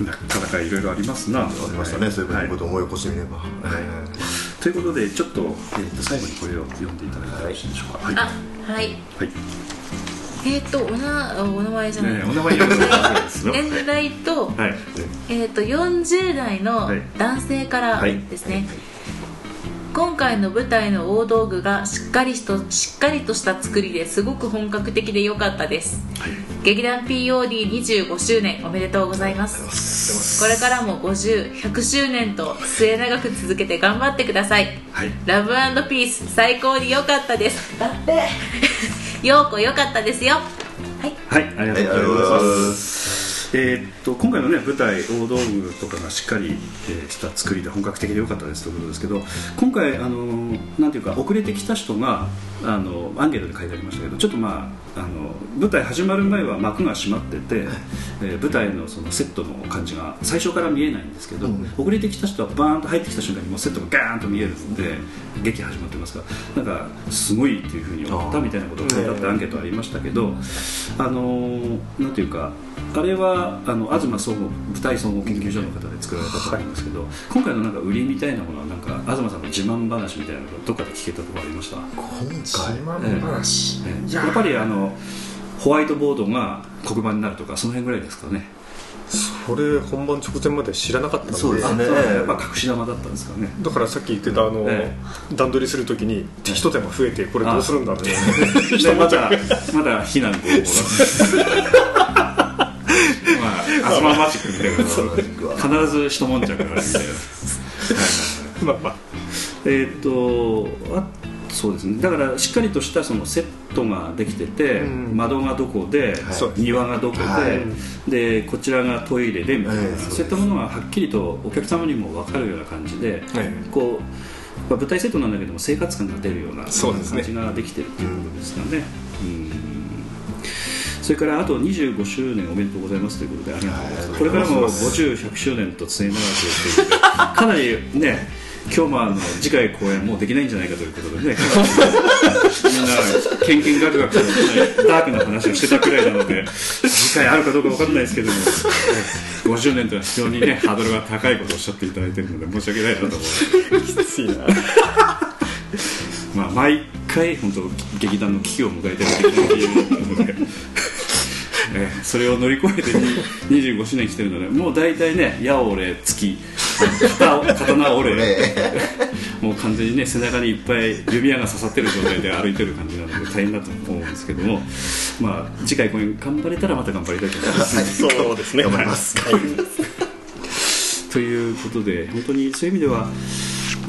Speaker 3: なかなかいろいろありますなあ
Speaker 4: ありましたね、そういうことを思い起こしてみれば、えー
Speaker 3: ということでちょっと,、えーと最後にこれを読んでいただいたらよろしいでしょうかはい、
Speaker 5: あは
Speaker 3: は
Speaker 5: い
Speaker 3: い
Speaker 5: えっ、ー、とおなお名前じゃない、
Speaker 3: ねえお名前読んでいただいたですよはい
Speaker 5: 年代と,、
Speaker 3: はい
Speaker 5: えー、と40代の
Speaker 3: はい
Speaker 5: 男性から
Speaker 3: はい
Speaker 5: ですね、今回の舞台の大道具がしっかりとしっかりとした作りですごく本格的で良かったです、劇団 POD25 周年おめでとうございますこれからも50100周年と末永く続けて頑張ってください、
Speaker 3: はい
Speaker 5: ラブピース最高に良かったですだって ようこ良かったですよはい
Speaker 3: はい、ありがとうござい
Speaker 4: ありがとうござい
Speaker 3: ま。
Speaker 4: ます
Speaker 3: えーっと今回のね舞台大道具とかがしっかり、えーした作りで本格的で良かったですということですけど、今回あのーなんていうか遅れてきた人があのアンケートで書いてありましたけど、ちょっとまああの舞台始まる前は幕が閉まってて、えー舞台のそのセットの感じが最初から見えないんですけど、遅れてきた人はバーンと入ってきた瞬間にもうセットがガーンと見えるんで、劇始まってますから、なんかすごいっていうふうに思ったみたいなことを書いてあってアンケートありましたけど、あのーなんていうかあれはあの東総合舞台総合研究所の方で作られたと思うんですけど、今回のなんか売りみたいなものはなんか東さんの自慢話みたいなのがどっかで聞けたところありました、
Speaker 6: 今
Speaker 3: の
Speaker 6: 話
Speaker 3: ええやっぱりあのホワイトボードが黒板になるとかその辺ぐらいですかね
Speaker 6: それ本番直前まで知らなかったんで
Speaker 4: そうですね、
Speaker 3: やっぱ隠し玉だったんですかね
Speaker 6: だからさっき言ってたあの、
Speaker 3: え
Speaker 6: 段取りするときに一手間増えてこれどうするんだって
Speaker 3: でまだまだ非難ご応募だまあ東マジックみたいな必ず一悶着あるみたいなはいはいはい
Speaker 6: まあまあ
Speaker 3: えーっとあそうですねだからしっかりとしたそのセットができてて、
Speaker 6: うん
Speaker 3: 窓がどこで、
Speaker 6: そう
Speaker 3: 庭がどこで、
Speaker 4: は
Speaker 3: でこちらがトイレでみたいな、
Speaker 4: ええそうです
Speaker 3: そういったものがはっきりとお客様にも分かるような感じで、
Speaker 6: ええ
Speaker 3: こうまあ舞台セットなんだけども生活感が出るような
Speaker 6: そうですね
Speaker 3: 感じができてるっていうことですかね。うんそれからあと25周年おめでとうございますということでありがとうございます。これからも50、100周年と末永くというかなりね今日もあの次回公演もうできないんじゃないかということ でねみんなけんけんがくがくとねダークな話をしてたくらいなので次回あるかどうかわかんないですけども50年というのは非常にねハードルが高いことをおっしゃっていただいてるので申し訳ないなと思う
Speaker 6: きついな
Speaker 3: まあ、毎回本当劇団の危機を迎えてる劇団っていうのでえーそれを乗り越えてに25周年来てるのでもう大体ね矢を折れ月刀を刀を折れもう完全にね背中にいっぱい指輪が刺さってる状態で歩いてる感じなので大変だと思うんですけどもまあ次回公演頑張れたらまた頑張りたいと思います
Speaker 6: そうですね
Speaker 4: 頑張ります、
Speaker 3: ということで本当にそういう意味では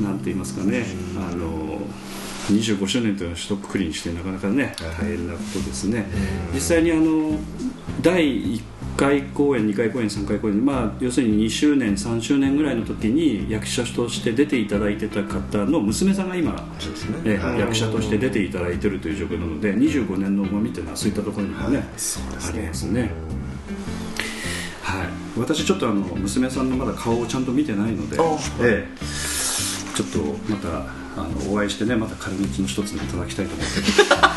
Speaker 3: なんて言いますかねあの25周年というのは一括りにしてなかなかね大変なことですね実際にあの第1回公演2回公演3回公演、まあ、要するに2周年3周年ぐらいの時に役者として出ていただいてた方の娘さんが今
Speaker 4: そうですね
Speaker 3: え役者として出ていただいてるという状況なので25年の重みっていうのはそういったところにもね、ありますね。はい、私ちょっとあの娘さんのまだ顔をちゃんと見てないので、ええちょっとまたあのお会いしてねまた軽口の一つにいただきたいと思って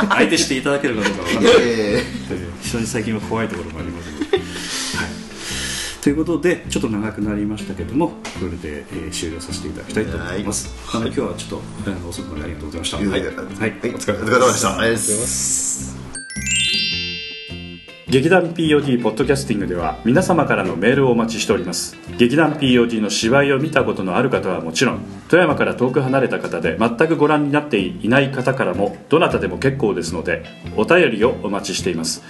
Speaker 3: 相手して いただけるかどうかわからない
Speaker 4: え
Speaker 3: えー非常に最近は怖いところもありますので、はい、ということでちょっと長くなりましたけどもこれで、えー終了させていただきたいと思います、あの今日はちょっと、あの遅くまでありがとうございました
Speaker 4: ー
Speaker 3: はい、
Speaker 4: はい、お疲れ様でしたありがとうございます
Speaker 2: 劇団 POD ポッドキャスティングでは皆様からのメールをお待ちしております劇団 POD の芝居を見たことのある方はもちろん富山から遠く離れた方で全くご覧になっていない方からもどなたでも結構ですのでお便りをお待ちしています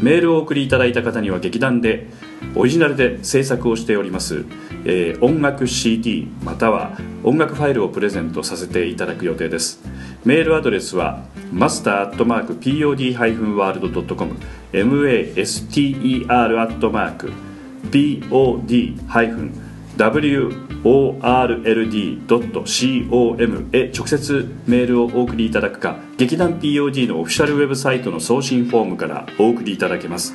Speaker 2: メールをお送りいただいた方には劇団でオリジナルで制作をしております、えー音楽 CD または音楽ファイルをプレゼントさせていただく予定ですメールアドレスは master.pod-world.com master.pod-world.com へ直接メールをお送りいただくか劇団 POD のオフィシャルウェブサイトの送信フォームからお送りいただけます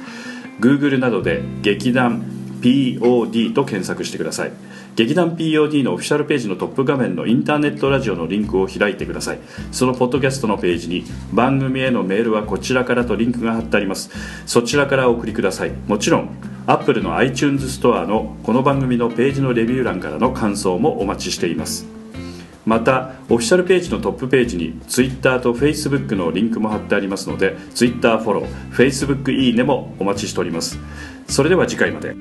Speaker 2: Google などで劇団
Speaker 3: POD と検索してください劇団 POD のオフィシャルページのトップ画面のインターネットラジオのリンクを開いてくださいそのポッドキャストのページに番組へのメールはこちらからとリンクが貼ってありますそちらからお送りくださいもちろん Apple の iTunes ストアのこの番組のページのレビュー欄からの感想もお待ちしていますまたオフィシャルページのトップページに Twitter と Facebook のリンクも貼ってありますので Twitter フォロー Facebook いいねもお待ちしておりますそれでは次回まで